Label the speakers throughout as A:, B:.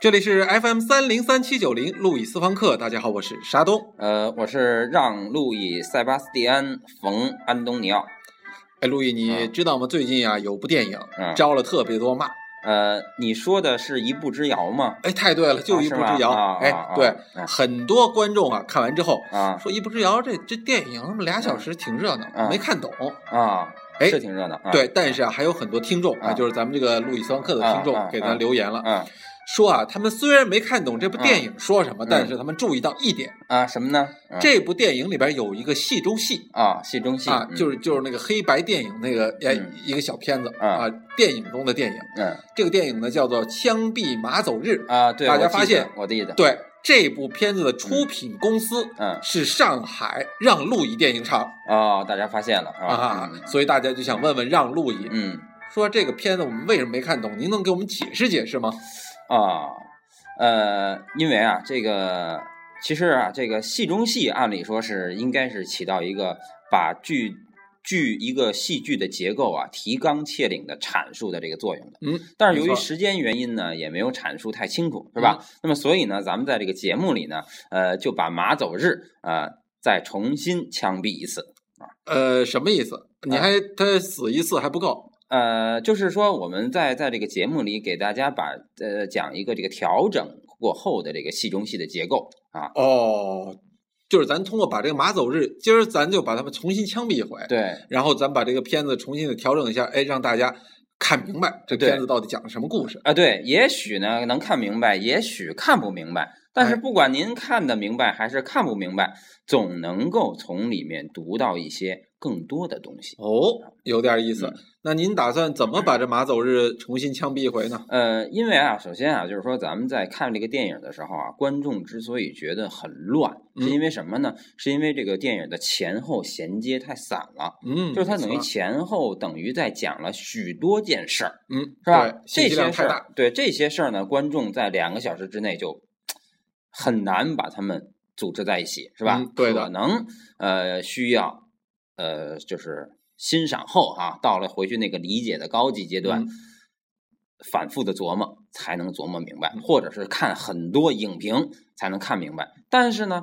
A: 这里是 FM 三零三七九零路易斯方克，大家好，我是沙东。
B: 呃，我是让·路易·塞巴斯蒂安·冯·安东尼奥。
A: 哎，路易，你
B: 嗯
A: 知道吗？最近啊，有部电影
B: 嗯
A: 招了特别多骂。
B: 呃，你说的是一步之遥吗？
A: 哎，太对了，就
B: 啊
A: 一
B: 是
A: 步
B: 吗
A: 之遥。
B: 啊
A: 哎，
B: 啊啊
A: 对，
B: 嗯
A: 很多观众啊看完之后
B: 啊
A: 说，《一步之遥》这这电影他妈俩小时挺热闹，
B: 嗯
A: 没看懂。
B: 啊，
A: 哎
B: 是挺热闹。啊、
A: 对，但是啊，还有很多听众啊，
B: 啊
A: 就是咱们这个路易斯方克的听
B: 啊啊
A: 众给
B: 啊
A: 咱留言了，
B: 嗯
A: 说啊，他们虽然没看懂这部电影说什么，
B: 嗯
A: 但是他们注意到一点，
B: 啊，什么呢？嗯
A: 这部电影里边有一个戏中戏
B: 啊，戏中戏
A: 啊，就是是就是那个黑白电影那个哎
B: 嗯
A: 一个小片子
B: 啊
A: 啊，电影中的电影。
B: 嗯
A: 这个电影呢叫做《枪毙马走日》，
B: 啊，对，
A: 大家
B: 我记
A: 发
B: 得
A: 现
B: 我记得，
A: 对，这部片子的出品公司
B: 嗯
A: 是上海让路易电影厂
B: 啊，大家发现了
A: 啊
B: 啊，，
A: 所以大家就想问问让路易，
B: 嗯
A: 说这个片子我们为什么没看懂？您能给我们解释解释吗？
B: 嗯啊，呃，因为啊，这个其实啊，这个戏中戏按理说是应该是起到一个把剧。剧一个戏剧的结构啊，提纲挈领的阐述的这个作用的。
A: 嗯，
B: 但是由
A: 没
B: 于
A: 错嗯
B: 时间原因呢，也没有阐述太清楚，是吧？那么所以呢，咱们在这个节目里呢，呃，就把马走日呃再重新枪毙一次。
A: 呃，什么意思？
B: 啊
A: 你还他死一次还不够？
B: 呃，就是说我们在在这个节目里给大家把呃讲一个这个调整过后的这个戏中戏的结构啊，
A: 哦，就是咱通过把这个马走日，今儿咱就把他们重新枪毙一回，
B: 对
A: 然后咱把这个片子重新的调整一下，哎，让大家看明白这
B: 对
A: 片子到底讲的什么故事。
B: 啊对，也许呢能看明白，也许看不明白，但是
A: 哎
B: 不管您看得明白还是看不明白，总能够从里面读到一些更多的东西。
A: 哦，有点意思。
B: 嗯
A: 那您打算怎么把这马走日重新枪毙一回呢？
B: 呃，因为啊，首先啊，就是说咱们在看这个电影的时候啊，观众之所以觉得很乱，是
A: 嗯
B: 因为什么呢？是因为这个电影的前后衔接太散了，
A: 嗯，
B: 就是它等于
A: 没错
B: 前后等于在讲了许多件事儿，
A: 嗯，
B: 是吧
A: 对？
B: 这
A: 信息
B: 些
A: 量
B: 事
A: 太大
B: 儿，，对这些事儿呢，观众在两个小时之内就很难把它们组织在一起，是吧？
A: 嗯对的
B: 可能呃需要呃就是欣赏后啊，到了回去那个理解的高级阶段。
A: 嗯
B: 反复的琢磨才能琢磨明
A: 嗯
B: 白，或者是看很多影评才能看明白。但是呢，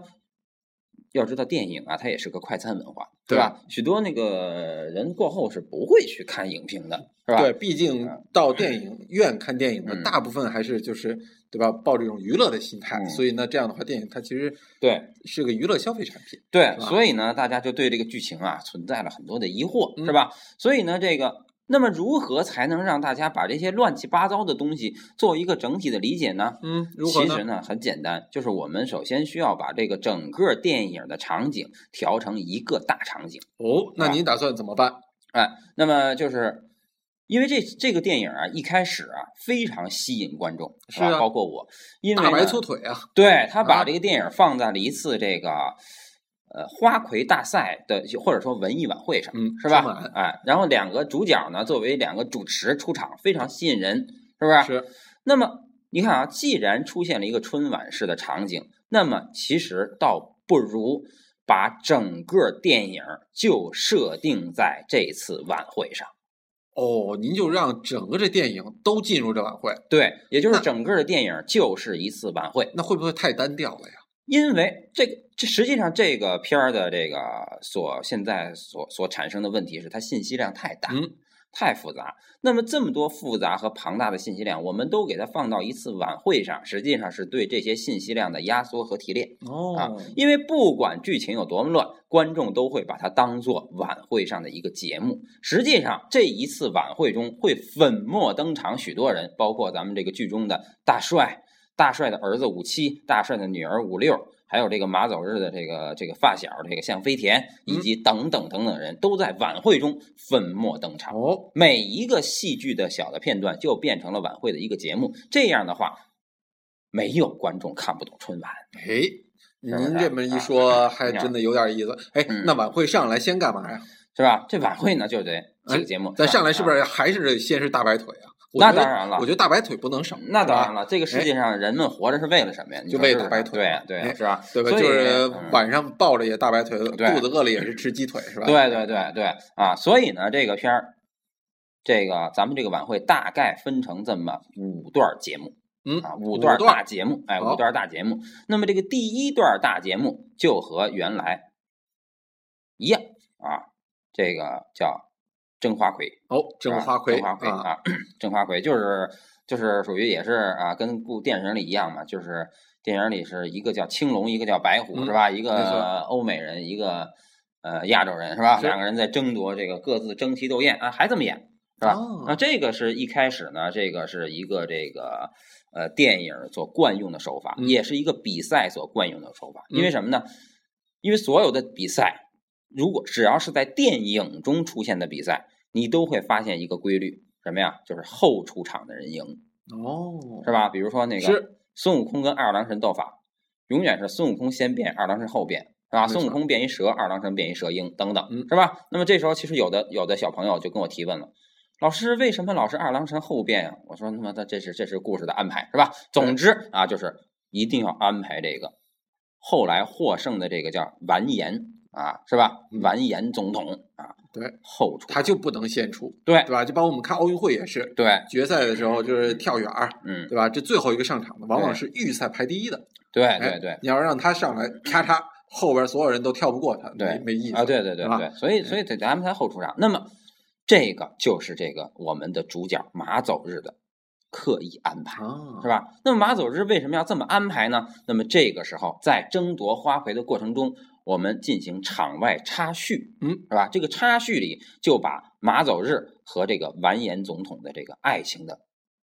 B: 要知道电影啊，它也是个快餐文化，
A: 对
B: 对吧？许多那个人过后是不会去看影评的，是吧？
A: 对，毕竟到电影院看电影的
B: 嗯
A: 大部分还是就是对吧，抱着一种娱乐的心态，
B: 嗯
A: 所以呢，这样的话，电影它其实
B: 对
A: 是个娱乐消费产品。
B: 对
A: 是，吧
B: 所以呢，大家就对这个剧情啊存在了很多的疑惑，
A: 嗯
B: 是吧？所以呢，这个那么如何才能让大家把这些乱七八糟的东西做一个整体的理解呢？
A: 嗯，如何
B: 其实
A: 呢？
B: 呢，很简单，就是我们首先需要把这个整个电影的场景调成一个大场景。
A: 哦，
B: 啊
A: 那您打算怎么办？
B: 哎，那么就是因为这这个电影啊，一开始啊非常吸引观众，
A: 是
B: 吧？
A: 啊
B: 包括我，因为
A: 大白
B: 呢
A: 粗腿啊！
B: 对他
A: 啊
B: 把这个电影放在了一次这个呃花魁大赛的，或者说文艺晚会上，
A: 嗯
B: 是吧
A: 春晚？
B: 哎，然后两个主角呢，作为两个主持出场，非常吸引人，是不是？
A: 是，
B: 那么你看啊，既然出现了一个春晚式的场景，那么其实倒不如把整个电影就设定在这次晚会上。
A: 哦，您就让整个这电影都进入这晚会，
B: 对，也就
A: 那
B: 是整个的电影就是一次晚会，
A: 那会不会太单调了呀？
B: 因为这个这实际上这个片儿的这个所现在所所产生的问题是，它信息量太大，
A: 嗯
B: 太复杂。那么这么多复杂和庞大的信息量，我们都给它放到一次晚会上，实际上是对这些信息量的压缩和提炼。啊
A: 哦，
B: 因为不管剧情有多么乱，观众都会把它当做晚会上的一个节目。实际上，这一次晚会中会粉墨登场许多人，包括咱们这个剧中的大帅、大帅的儿子武七、大帅的女儿武六，还有这个马走日的这个这个发小这个向飞田，以及等等等等人都在晚会中粉墨登场。
A: 哦，
B: 每一个戏剧的小的片段就变成了晚会的一个节目。这样的话，没有观众看不懂春晚。
A: 哎，
B: 是不
A: 您
B: 是
A: 这么一
B: 啊
A: 说， 还
B: 呀
A: 真的有点意思。哎，
B: 嗯
A: 那晚会上来先干嘛呀？
B: 是吧？这晚会呢就得几个节目，
A: 咱嗯
B: 吧
A: 上来是不
B: 啊
A: 是还是先是大白腿啊？我
B: 那
A: 觉得
B: 当然了
A: 我觉得大白腿不能少。啊
B: 那当
A: 是吧
B: 然了，这个世界上人们活着是为了什么呀？你
A: 就
B: 说
A: 为
B: 是不
A: 大
B: 是
A: 白腿嘛
B: 对
A: 哎
B: 对，是吧？
A: 对吧？
B: 所以
A: 就是
B: 嗯
A: 晚上抱着也大白腿，肚
B: 对
A: 子饿了也是吃鸡腿，是吧？
B: 对对对对啊！所以呢，这个片儿，这个咱们这个晚会大概分成这么五段节目，
A: 嗯
B: 啊，五
A: 五
B: 段
A: 段
B: 大节目，哎，
A: 好
B: 五段大节目。那么这个第一段大节目就和原来一样啊，这个叫蒸花魁，
A: 哦，郑
B: 啊
A: 花魁
B: 郑花魁
A: 啊，
B: 啊，郑花魁就是就是属于也是啊，跟故电影里一样嘛，就是电影里是一个叫青龙，一个叫白虎，
A: 嗯
B: 是吧？一
A: 没错
B: 个欧美人，一个呃亚洲人，是吧？
A: 是
B: 两个人在争夺这个各自争奇斗艳啊，还这么演，是吧？
A: 哦
B: 那这个是一开始呢，这个是一个这个呃电影所惯用的手法，
A: 嗯
B: 也是一个比赛所惯用的手法。因为
A: 嗯
B: 什么呢？因为所有的比赛，如果只要是在电影中出现的比赛，你都会发现一个规律，什么呀？就是后出场的人赢，
A: 哦，
B: 嗯是吧？比如说那个
A: 是
B: 孙悟空跟二郎神斗法，永远是孙悟空先变，二郎神后变，是吧？
A: 没
B: 孙悟
A: 错
B: 空变一蛇，二郎神变一蛇精，等等，
A: 嗯
B: 是吧？那么这时候其实有的有的小朋友就跟我提问了。老师，为什么老是二郎神后变呀、我说，他妈的，这是这是故事的安排，是吧？总之啊，就是一定要安排这个后来获胜的这个叫完颜啊，是吧？
A: 嗯
B: 完颜总统啊，
A: 对，
B: 后出
A: 他就不能献出，
B: 对
A: 对吧？就包括我们看奥运会也是，
B: 对，
A: 决赛的时候就是跳远儿，
B: 嗯，
A: 对吧？这最后一个上场的往往
B: 对
A: 是预赛排第一的，
B: 对
A: 哎
B: 对对，
A: 你要让他上来，咔嚓，后边所有人都跳不过他，
B: 对
A: 没没意思
B: 啊，对对对
A: 是吧嗯
B: 对，所以所以得安排后出场。那么这个就是这个我们的主角马走日的刻意安排。
A: 啊
B: 是，吧？那么马走日为什么要这么安排呢？那么这个时候，在争夺花魁的过程中，我们进行场外插叙，
A: 嗯，
B: 是吧？这个插叙里就把马走日和这个完颜总统的这个爱情的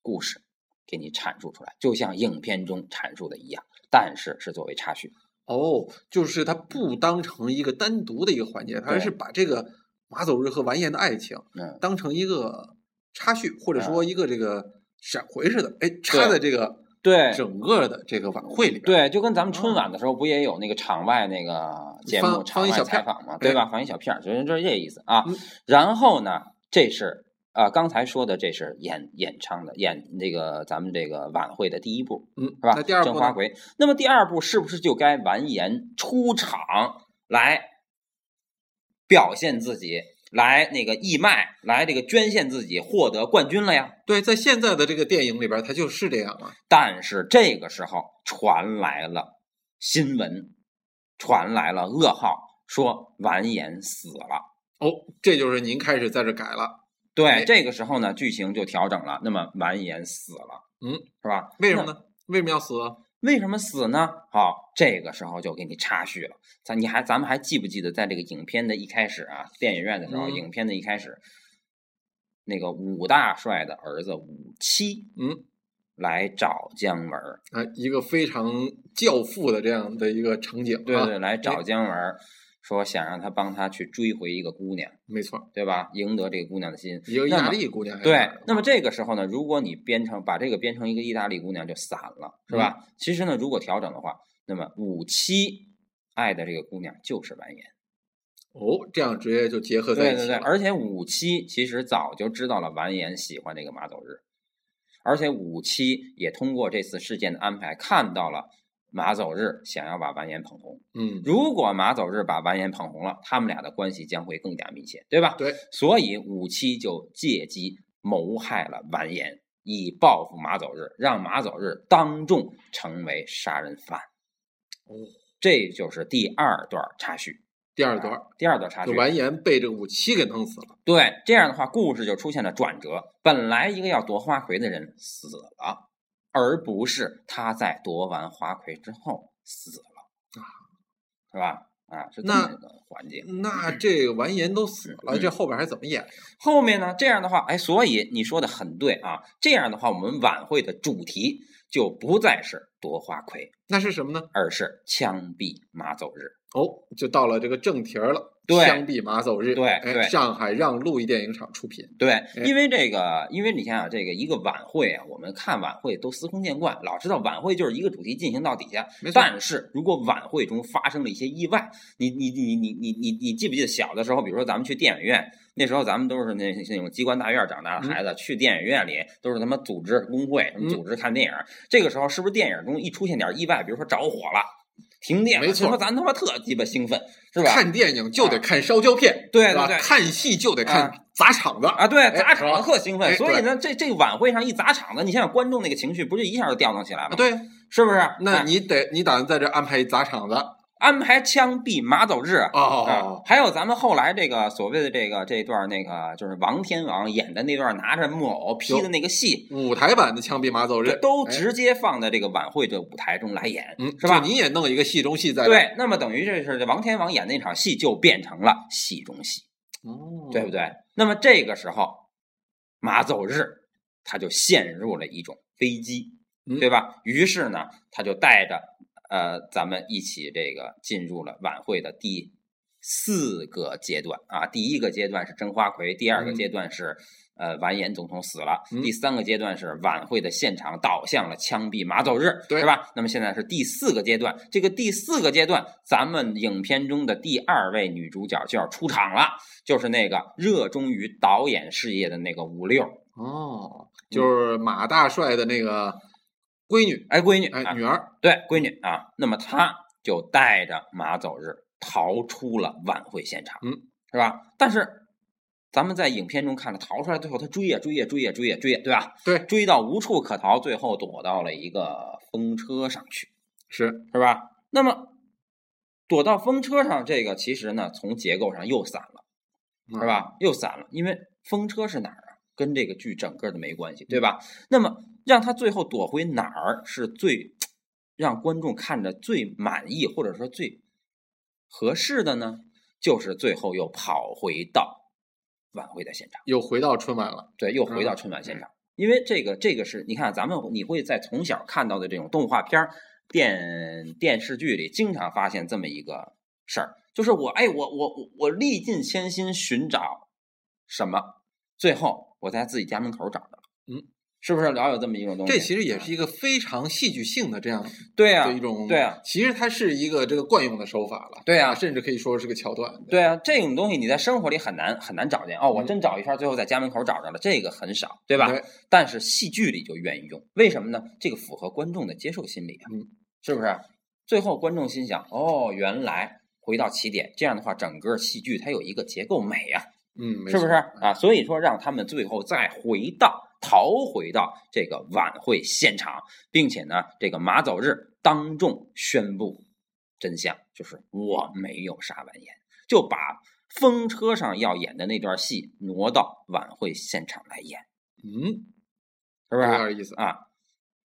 B: 故事给你阐述出来，就像影片中阐述的一样，但是是作为插叙。
A: 哦，就是他不当成一个单独的一个环节，他
B: 对
A: 而是把这个马走日和完颜的爱情
B: 嗯，
A: 当成一个插叙，或者说一个这个闪回似的，哎，
B: 对
A: 插在这个
B: 对。
A: 整个的这个晚会里边。，
B: 对，就跟咱们春晚的时候不也有那个场外那个节目
A: 哦放
B: 场
A: 放一
B: 外
A: 小片
B: 采
A: 儿
B: 访嘛，对吧？放一小片儿，就是就是这意思啊
A: 嗯。
B: 然后呢，这是啊、呃刚才说的这是演演唱的演那个咱们这个晚会的第一步
A: 嗯，
B: 是吧？
A: 那第二
B: 郑
A: 部
B: 花
A: 呢？
B: 魁。那么第二步是不是就该完颜出场来表现自己，来那个义卖，来这个捐献自己，获得冠军了呀？
A: 对，在现在的这个电影里边，他就是这样啊。
B: 但是这个时候传来了新闻，传来了噩耗，说完颜死了。
A: 哦，这就是您开始在这改了，
B: 对
A: 哎，
B: 这个时候呢，剧情就调整了。那么完颜死了，
A: 嗯，
B: 是吧？
A: 为什么呢？为什么要死啊？
B: 为什么死呢？好，这个时候就给你插叙了。咱你还咱们还记不记得，在这个影片的一开始啊，电影院的时候，
A: 嗯
B: 影片的一开始，那个武大帅的儿子武七
A: 嗯，
B: 来找姜文儿，
A: 啊，一个非常教父的这样的一个场景、啊，
B: 对对，来找姜文儿，说想让他帮他去追回一个姑娘，
A: 没错，
B: 对吧？赢得这个姑娘的心。
A: 一个意
B: 那
A: 大
B: 么
A: 利姑娘还是哪
B: 对
A: 儿的，
B: 那么这个时候呢，如果你编成把这个编成一个意大利姑娘就散了，是吧？
A: 嗯
B: 其实呢，如果调整的话，那么五七爱的这个姑娘就是完颜，
A: 哦，这样直接就结合在
B: 对
A: 一起
B: 对对，
A: 了。
B: 而且五七其实早就知道了完颜喜欢这个马走日，而且五七也通过这次事件的安排看到了马走日想要把完颜捧红。
A: 嗯，
B: 如果马走日把完颜捧红了，他们俩的关系将会更加密切，对吧？
A: 对，
B: 所以武七就借机谋害了完颜，以报复马走日，让马走日当众成为杀人犯。
A: 哦，
B: 这就是第二段插叙。
A: 第二段
B: 第二段插叙
A: 就，完颜被这个武七给弄死了。
B: 对，这样的话故事就出现了转折。本来一个要夺花魁的人死了，而不是他在夺完花魁之后死了，是吧？啊，是这么
A: 啊那
B: 一个环节。
A: 那这个完颜都死了，
B: 嗯
A: 这后边还怎么演？
B: 后面呢，这样的话，哎，所以你说的很对啊。这样的话，我们晚会的主题就不再是夺花魁，
A: 那是什么呢？
B: 而是枪毙马走日。
A: 哦，就到了这个正题儿了。
B: 对
A: 枪毙马走日。
B: 对
A: 哎
B: 对
A: 上海让路易电影厂出品。
B: 对，因为这个，因为你想想，这个一个晚会啊，我们看晚会都司空见惯，老知道晚会就是一个主题进行到底下。
A: 没错
B: 但是如果晚会中发生了一些意外，你你你你你你你记不记得小的时候，比如说咱们去电影院，那时候咱们都是那那种机关大院长大的孩子，去电影院里都是他妈组织工会什
A: 嗯
B: 么组织看电影。这个时候是不是电影中一出现点意外，比如说着火了、停电了，
A: 没错
B: 这时候咱他妈特鸡巴兴奋，是吧？
A: 看电影就得看烧胶片，
B: 啊对
A: 是
B: 对
A: 吧
B: 对
A: 看戏就得
B: 啊
A: 看砸场子
B: 啊，对，
A: 哎
B: 砸场
A: 是吧
B: 子特兴奋，
A: 哎
B: 所以呢，这这个晚会上一砸场子，你想想观众那个情绪不就一下就调动起来
A: 啊
B: 了，，
A: 对，
B: 是不是？
A: 那
B: 哎
A: 你得你打算在这安排一砸场子
B: 安排枪毙马走日啊，啊
A: 哦，
B: 还有咱们后来这个所谓的这个这一段那个就是王天王演的那段拿着木偶劈的那个戏，
A: 舞台版的枪毙马走日
B: 都
A: 哎
B: 直接放在这个晚会这舞台中来演，
A: 嗯
B: 是吧
A: 就你也弄一个戏中戏在这，
B: 对，那么等于这是这王天王演那场戏就变成了戏中戏，
A: 哦
B: 对不对？那么这个时候，马走日他就陷入了一种危机，
A: 嗯
B: 对吧？于是呢，他就带着呃咱们一起这个进入了晚会的第四个阶段啊。第一个阶段是真花魁，第二个
A: 嗯
B: 阶段是。呃，完颜总统死了。
A: 嗯
B: 第三个阶段是晚会的现场倒向了枪毙马走日，
A: 对
B: 是吧？那么现在是第四个阶段，这个第四个阶段，咱们影片中的第二位女主角就要出场了，就是那个热衷于导演事业的那个五六，
A: 哦，
B: 嗯
A: 就是马大帅的那个闺女，
B: 哎，闺女，
A: 哎，
B: 啊
A: 女儿，
B: 对，闺女啊。那么她就带着马走日逃出了晚会现场，
A: 嗯，
B: 是吧？但是咱们在影片中看了，逃出来最后，她追呀追呀追呀追呀追呀，对吧？
A: 对
B: 追到无处可逃，最后躲到了一个风车上去，
A: 是，
B: 是吧？那么躲到风车上，这个其实呢，从结构上又散了，
A: 嗯
B: 是吧？又散了，因为风车是哪儿啊？跟这个剧整个的没关系，对吧？那么让他最后躲回哪儿是最让观众看着最满意，或者说最合适的呢？就是最后又跑回到晚会的现场。
A: 又回到春晚了，
B: 对，又
A: 嗯
B: 回到春晚现场，因为这个这个是你看咱们你会在从小看到的这种动画片儿、电电视剧里，经常发现这么一个事儿，就是我哎我我我我历尽千辛寻找什么，最后我在自己家门口找到了，
A: 嗯，
B: 是不是老有这么一种东西？
A: 这其实也是一个非常戏剧性的这样
B: 对啊
A: 的一，种，
B: 对啊，
A: 其实它是一个这个惯用的手法了，
B: 对啊
A: 啊，甚至可以说是个桥段，
B: 对啊，这种东西你在生活里很难很难找见哦，我
A: 嗯
B: 真找一圈，最后在家门口找着了，这个很少，对吧？
A: 对
B: 但是戏剧里就愿意用，为什么呢？这个符合观众的接受心理啊，
A: 嗯
B: 是不是？最后观众心想，哦，原来回到起点，这样的话，整个戏剧它有一个结构美啊，
A: 嗯，没
B: 是不
A: 错
B: 是？啊？所以说，让他们最后再回到逃回到这个晚会现场，并且呢，这个马走日当众宣布真相，就是我没有杀完颜，就把风车上要演的那段戏挪到晚会现场来演，
A: 嗯，
B: 是不
A: 有
B: 是？
A: 点意思，
B: 啊，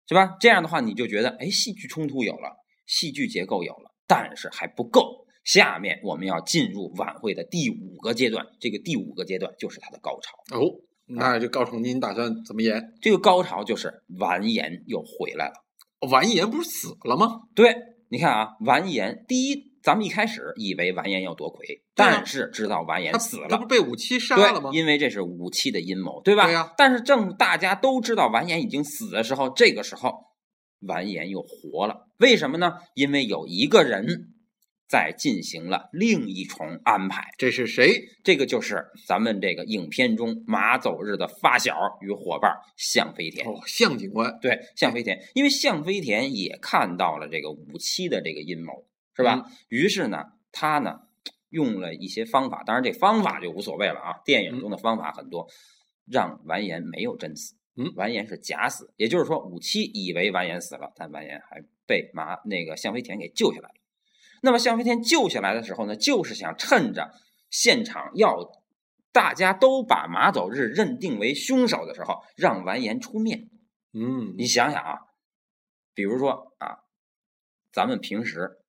B: 是吧？这样的话，你就觉得，哎，戏剧冲突有了，戏剧结构有了，但是还不够。下面我们要进入晚会的第五个阶段，这个第五个阶段就是它的高潮。
A: 哦，
B: 啊
A: 那就告诉您打算怎么演，
B: 这个高潮就是完颜又回来了。
A: 完颜哦不是死了吗？
B: 对，你看啊，完颜第一，咱们一开始以为完颜要夺魁，
A: 对啊
B: 但是知道完颜
A: 他
B: 死
A: 他
B: 了
A: 不。是被武七杀
B: 对
A: 了吗，？
B: 因为这是武器的阴谋，对吧？
A: 对呀
B: 但是正大家都知道完颜已经死的时候，这个时候完颜又活了，为什么呢？因为有一个人在进行了另一重安排，
A: 这是谁？
B: 这个就是咱们这个影片中马走日的发小与伙伴向飞田。
A: 哦，向警官，
B: 对，向飞田，因为向飞田也看到了这个武七的这个阴谋，是吧？于是呢，他呢用了一些方法，当然这方法就无所谓了啊。电影中的方法很多，让完颜没有真死，
A: 嗯
B: 完颜是假死，也就是说，武七以为完颜死了，但完颜还被马那个向飞田给救下来了。那么向飞田救下来的时候呢，就是想趁着现场要大家都把马走日认定为凶手的时候，让完颜出面。
A: 嗯，
B: 你想想啊，比如说啊，咱们平时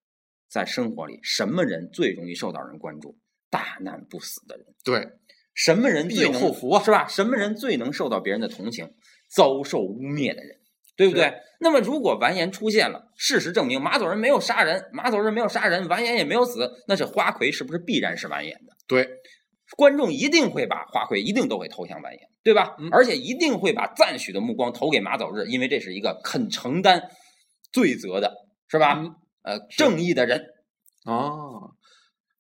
B: 在生活里，什么人最容易受到人关注？大难不死的人，
A: 对，
B: 什么人
A: 必
B: 最
A: 有
B: 能
A: 后福啊
B: 是吧？什么人最能受到别人的同情？遭受污蔑的人，对不
A: 是
B: 对？那么如果完颜出现了，事实证明马走人没有杀人，马走人没有杀人，完颜也没有死，那这花魁是不是必然是完颜的？
A: 对，
B: 观众一定会把花魁一定都会投向完颜，对吧？
A: 嗯
B: 而且一定会把赞许的目光投给马走日，因为这是一个肯承担罪责的，是吧？
A: 嗯
B: 呃，正义的人，
A: 哦，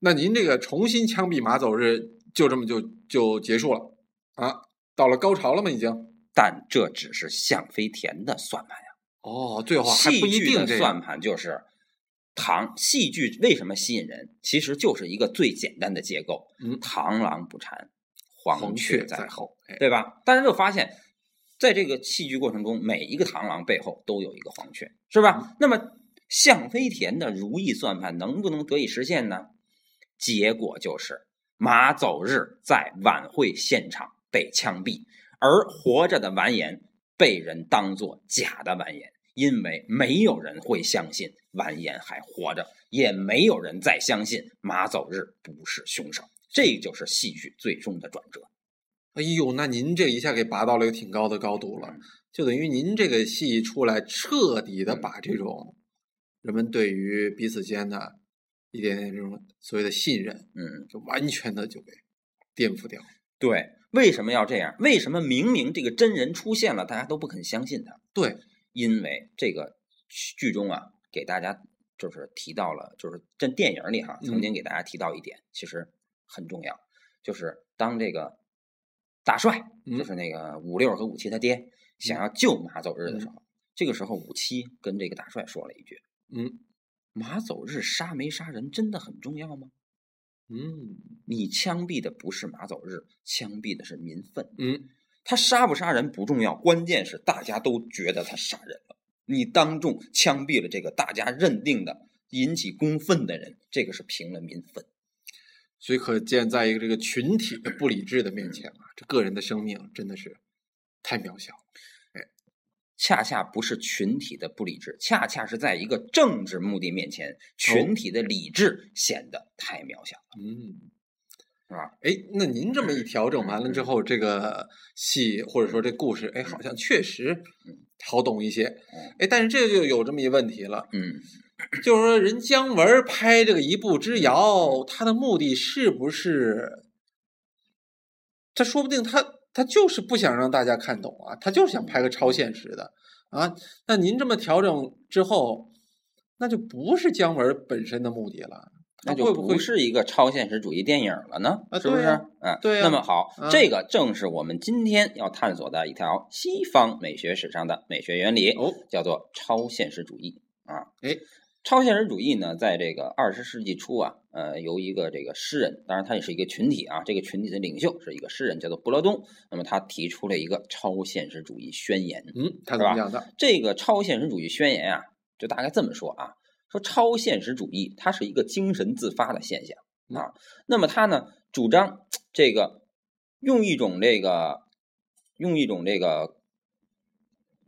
A: 那您这个重新枪毙马走日就这么就就结束了啊？到了高潮了吗？已经？
B: 但这只是向飞田的算盘呀。
A: 哦，最后还
B: 戏
A: 不一
B: 剧
A: 定
B: 的
A: 这
B: 算盘就是螳戏剧为什么吸引人，其实就是一个最简单的结构：
A: 嗯
B: 螳螂捕蝉，黄
A: 雀
B: 在后，
A: 后，哎，
B: 对吧？大家就发现，在这个戏剧过程中，每一个螳螂背后都有一个黄雀，是
A: 嗯
B: 吧？那么向飞田的如意算盘能不能得以实现呢？结果就是马走日在晚会现场被枪毙，而活着的完颜被人当作假的完颜，因为没有人会相信完颜还活着，也没有人再相信马走日不是凶手。这就是戏剧最终的转折。
A: 哎呦，那您这一下给拔到了一个挺高的高度了
B: 嗯，
A: 就等于您这个戏出来，彻底的把这种人们对于彼此间的一点点这种所谓的信任，
B: 嗯。
A: 就完全的就给颠覆掉。
B: 对，为什么要这样？为什么明明这个真人出现了，大家都不肯相信他？
A: 对，
B: 因为这个剧中啊，给大家就是提到了，就是这电影里哈，
A: 嗯
B: 曾经给大家提到一点，其实很重要，就是当这个大帅，
A: 嗯
B: 就是那个五六和五七他爹想要救马走日的时候，这个时候五七跟这个大帅说了一句
A: 嗯：“
B: 马走日杀没杀人真的很重要吗？
A: 嗯
B: 你枪毙的不是马走日，枪毙的是民愤。”
A: 嗯，
B: 他杀不杀人不重要，关键是大家都觉得他杀人了。你当众枪毙了这个大家认定的引起公愤的人，这个是平了民愤。
A: 所以可见，在一个这个群体的不理智的面前啊，这个人的生命真的是太渺小了。
B: 恰恰不是群体的不理智，恰恰是在一个政治目的面前，群体的理智显得太渺小了，
A: 嗯。
B: 是吧？
A: 哎，那您这么一调整完了之后，这个戏或者说这故事，哎，好像确实好懂一些。哎，但是这就有这么一问题了，
B: 嗯，
A: 就是说人姜文儿拍这个《一步之遥》，他的目的是不是？他说不定他他就是不想让大家看懂啊，他就是想拍个超现实的啊。那您这么调整之后，那就不是姜文儿本身的目的了，
B: 那
A: 会
B: 就
A: 不
B: 不
A: 会
B: 是一个超现实主义电影了呢，
A: 啊
B: 是不
A: 对
B: 是？
A: 呀
B: 嗯，
A: 对呀
B: 那么好，
A: 啊
B: 这个正是我们今天要探索的一条西方美学史上的美学原理。
A: 哦，
B: 叫做超现实主义啊。
A: 哎，
B: 超现实主义呢，在这个二十世纪初啊，呃，由一个这个诗人，当然他也是一个群体啊，这个群体的领袖是一个诗人，叫做布劳东。那么他提出了一个超现实主义宣言。
A: 嗯，他怎么
B: 是吧
A: 讲的？
B: 这个超现实主义宣言啊，就大概这么说啊，说超现实主义它是一个精神自发的现象啊。那么它呢，主张这个用一种这个用一种这个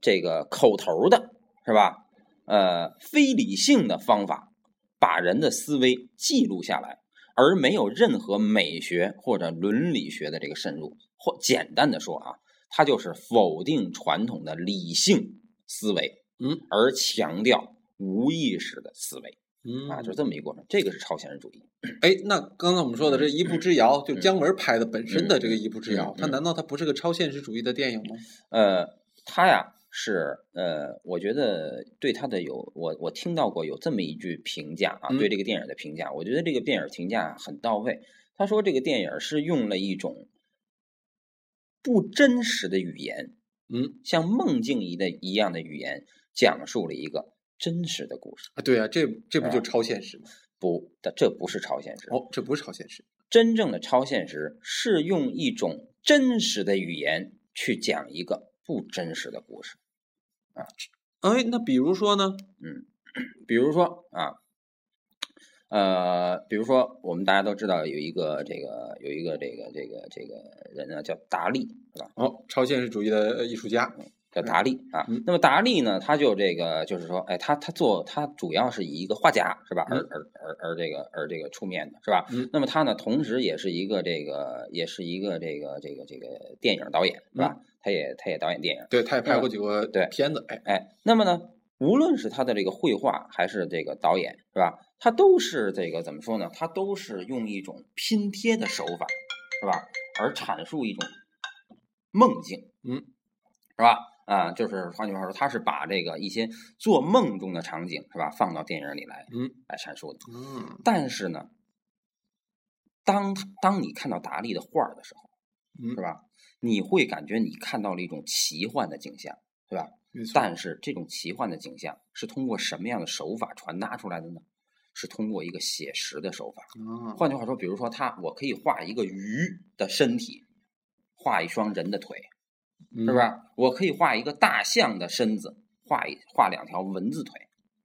B: 这个口头的是吧？呃，非理性的方法把人的思维记录下来，而没有任何美学或者伦理学的这个渗入。或简单的说啊，它就是否定传统的理性思维，
A: 嗯，
B: 而强调无意识的思维
A: 嗯
B: 啊，就是这么一个过程。这个是超现实主义。
A: 哎，那刚才我们说的这《一步之遥》，就姜文拍的本身的这个《
B: 嗯
A: 一步之遥》
B: 嗯，
A: 它难道它不是个超现实主义的电影吗？
B: 呃，他呀是呃，我觉得对他的有我我听到过有这么一句评价啊，
A: 嗯
B: 对这个电影的评价，我觉得这个电影评价很到位。他说这个电影是用了一种不真实的语言，
A: 嗯，
B: 像梦境一的一样的语言，讲述了一个真实的故事。
A: 啊，对啊，这这不
B: 是
A: 就
B: 吧
A: 超现实吗？
B: 不，但这不是超现实。
A: 哦，这不是超现实。
B: 真正的超现实是用一种真实的语言去讲一个不真实的故事。
A: 哎，那比如说呢？
B: 比如说啊，呃，比如说我们大家都知道有一个这个有一个这个这个这个人呢叫达利是吧？
A: 哦，超现实主义的呃艺术家。
B: 叫达利啊
A: 嗯。
B: 那么达利呢，他就这个就是说，哎，他他做他主要是以一个画家是吧，而
A: 嗯
B: 而而而这个而这个出面的是吧
A: 嗯？
B: 那么他呢，同时也是一个这个也是一个这个这个这个电影导演是吧？
A: 嗯
B: 他也他也导演电影。
A: 对，他也拍过几个
B: 嗯对
A: 片子。哎，
B: 哎，那么呢，无论是他的这个绘画还是这个导演，是吧？他都是这个怎么说呢？他都是用一种拼贴的手法，是吧？而阐述一种梦境，
A: 嗯，
B: 是吧？啊、就是换句话说，他是把这个一些做梦中的场景，是吧，放到电影里来
A: 嗯
B: 来阐述的。
A: 嗯
B: 但是呢，当他当你看到达利的画儿的时候，
A: 嗯
B: 是，吧？你会感觉你看到了一种奇幻的景象，对吧？
A: 没错。
B: 但是这种奇幻的景象是通过什么样的手法传达出来的呢？是通过一个写实的手法。
A: 啊，
B: 换句话说，比如说他，我可以画一个鱼的身体，画一双人的腿，
A: 是
B: 是不是？我可以画一个大象的身子，画一画两条蚊子腿，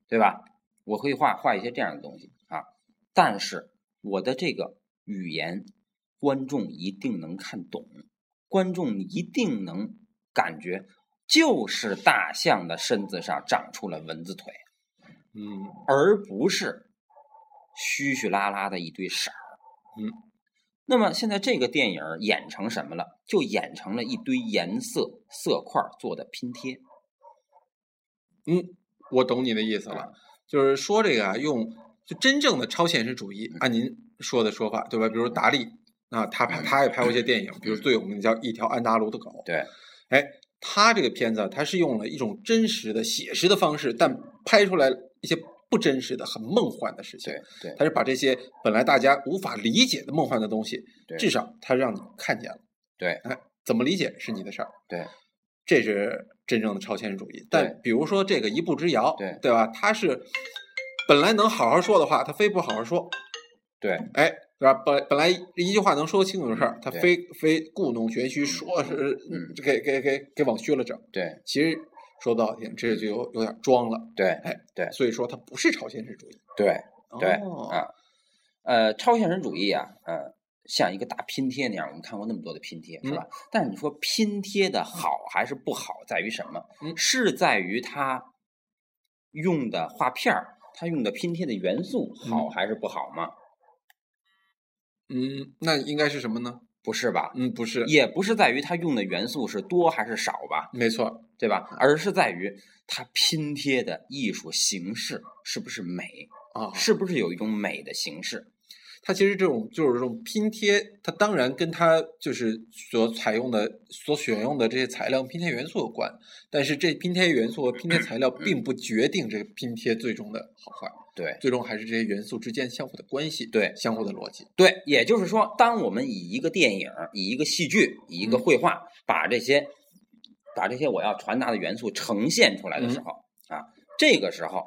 B: 对吧？我可以画画一些这样的东西啊。但是我的这个语言，观众一定能看懂，观众一定能感觉，就是大象的身子上长出了蚊子腿，
A: 嗯
B: 而不是虚虚拉拉的一堆色儿。
A: 嗯，
B: 那么现在这个电影儿演成什么了？就演成了一堆颜色色块儿做的拼贴。
A: 嗯，我懂你的意思了，就是说这个啊，用就真正的超现实主义，按您说的说法，对吧？比如达利啊，他拍他也拍过一些电影，比如最有名的叫《一条安达卢的狗》，
B: 嗯对，
A: 哎，他这个片子啊，他是用了一种真实的写实的方式，但拍出来一些不真实的、很梦幻的事情
B: 对。对
A: 他是把这些本来大家无法理解的梦幻的东西，
B: 对
A: 至少他让你看见了。
B: 对
A: 哎，怎么理解是你的事儿。
B: 对，
A: 这是真正的超现实主义。但
B: 对
A: 比如说这个一步之遥，
B: 对
A: 对吧？他是本来能好好说的话，他非不好好说，
B: 对
A: 哎，对吧？本本来一句话能说清楚的事儿，他
B: 对
A: 非非故弄玄虚，说是
B: 嗯
A: 给给给给往虚了整。
B: 对
A: 其实说不到点，这就有有点装了。
B: 对
A: 所以说，它不是超现实主义。
B: 对，对
A: 哦
B: 啊呃，超现实主义啊，呃，像一个大拼贴那样，我们看过那么多的拼贴，是
A: 嗯
B: 吧？但是你说拼贴的好还是不好，在于什么？
A: 嗯
B: 是在于它用的画片儿，它用的拼贴的元素好
A: 嗯
B: 还是不好吗？
A: 嗯，那应该是什么呢？
B: 不是吧？
A: 嗯，不是，
B: 也不是在于它用的元素是多还是少吧，
A: 没错，
B: 对吧？而是在于它拼贴的艺术形式是不是美，
A: 啊，
B: 是不是有一种美的形式？
A: 它其实这种就是这种拼贴，它当然跟它就是所采用的、所选用的这些材料、拼贴元素有关，但是这拼贴元素和拼贴材料
B: 嗯
A: 并不决定这个拼贴最终的好坏，
B: 对
A: 最终还是这些元素之间相互的关系，
B: 对
A: 相互的逻辑。
B: 对，也就是说，当我们以一个电影、以一个戏剧、以一个
A: 嗯
B: 绘画，把这些把这些我要传达的元素呈现出来的时
A: 嗯
B: 候、啊，这个时候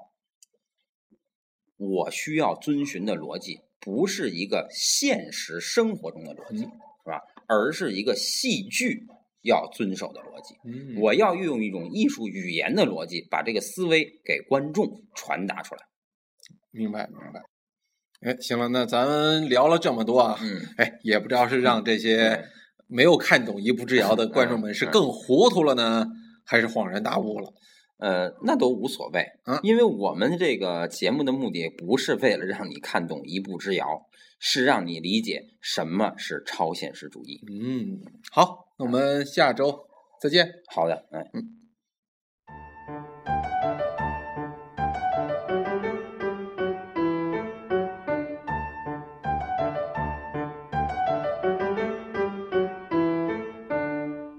B: 我需要遵循的逻辑不是一个现实生活中的逻辑，
A: 嗯
B: 是吧？而是一个戏剧要遵守的逻辑。
A: 嗯
B: 我要运用一种艺术语言的逻辑，把这个思维给观众传达出来。
A: 明白明白。哎，行了，那咱们聊了这么多啊，
B: 嗯，
A: 哎，也不知道是让这些
B: 嗯
A: 没有看懂《一步之遥》的观众们是更糊涂了呢，还是恍然大悟了？
B: 呃，那都无所谓
A: 嗯，
B: 因为我们这个节目的目的不是为了让你看懂一步之遥，是让你理解什么是超现实主义。
A: 嗯，好，那我们下周再见。
B: 好的，嗯。
A: 嗯，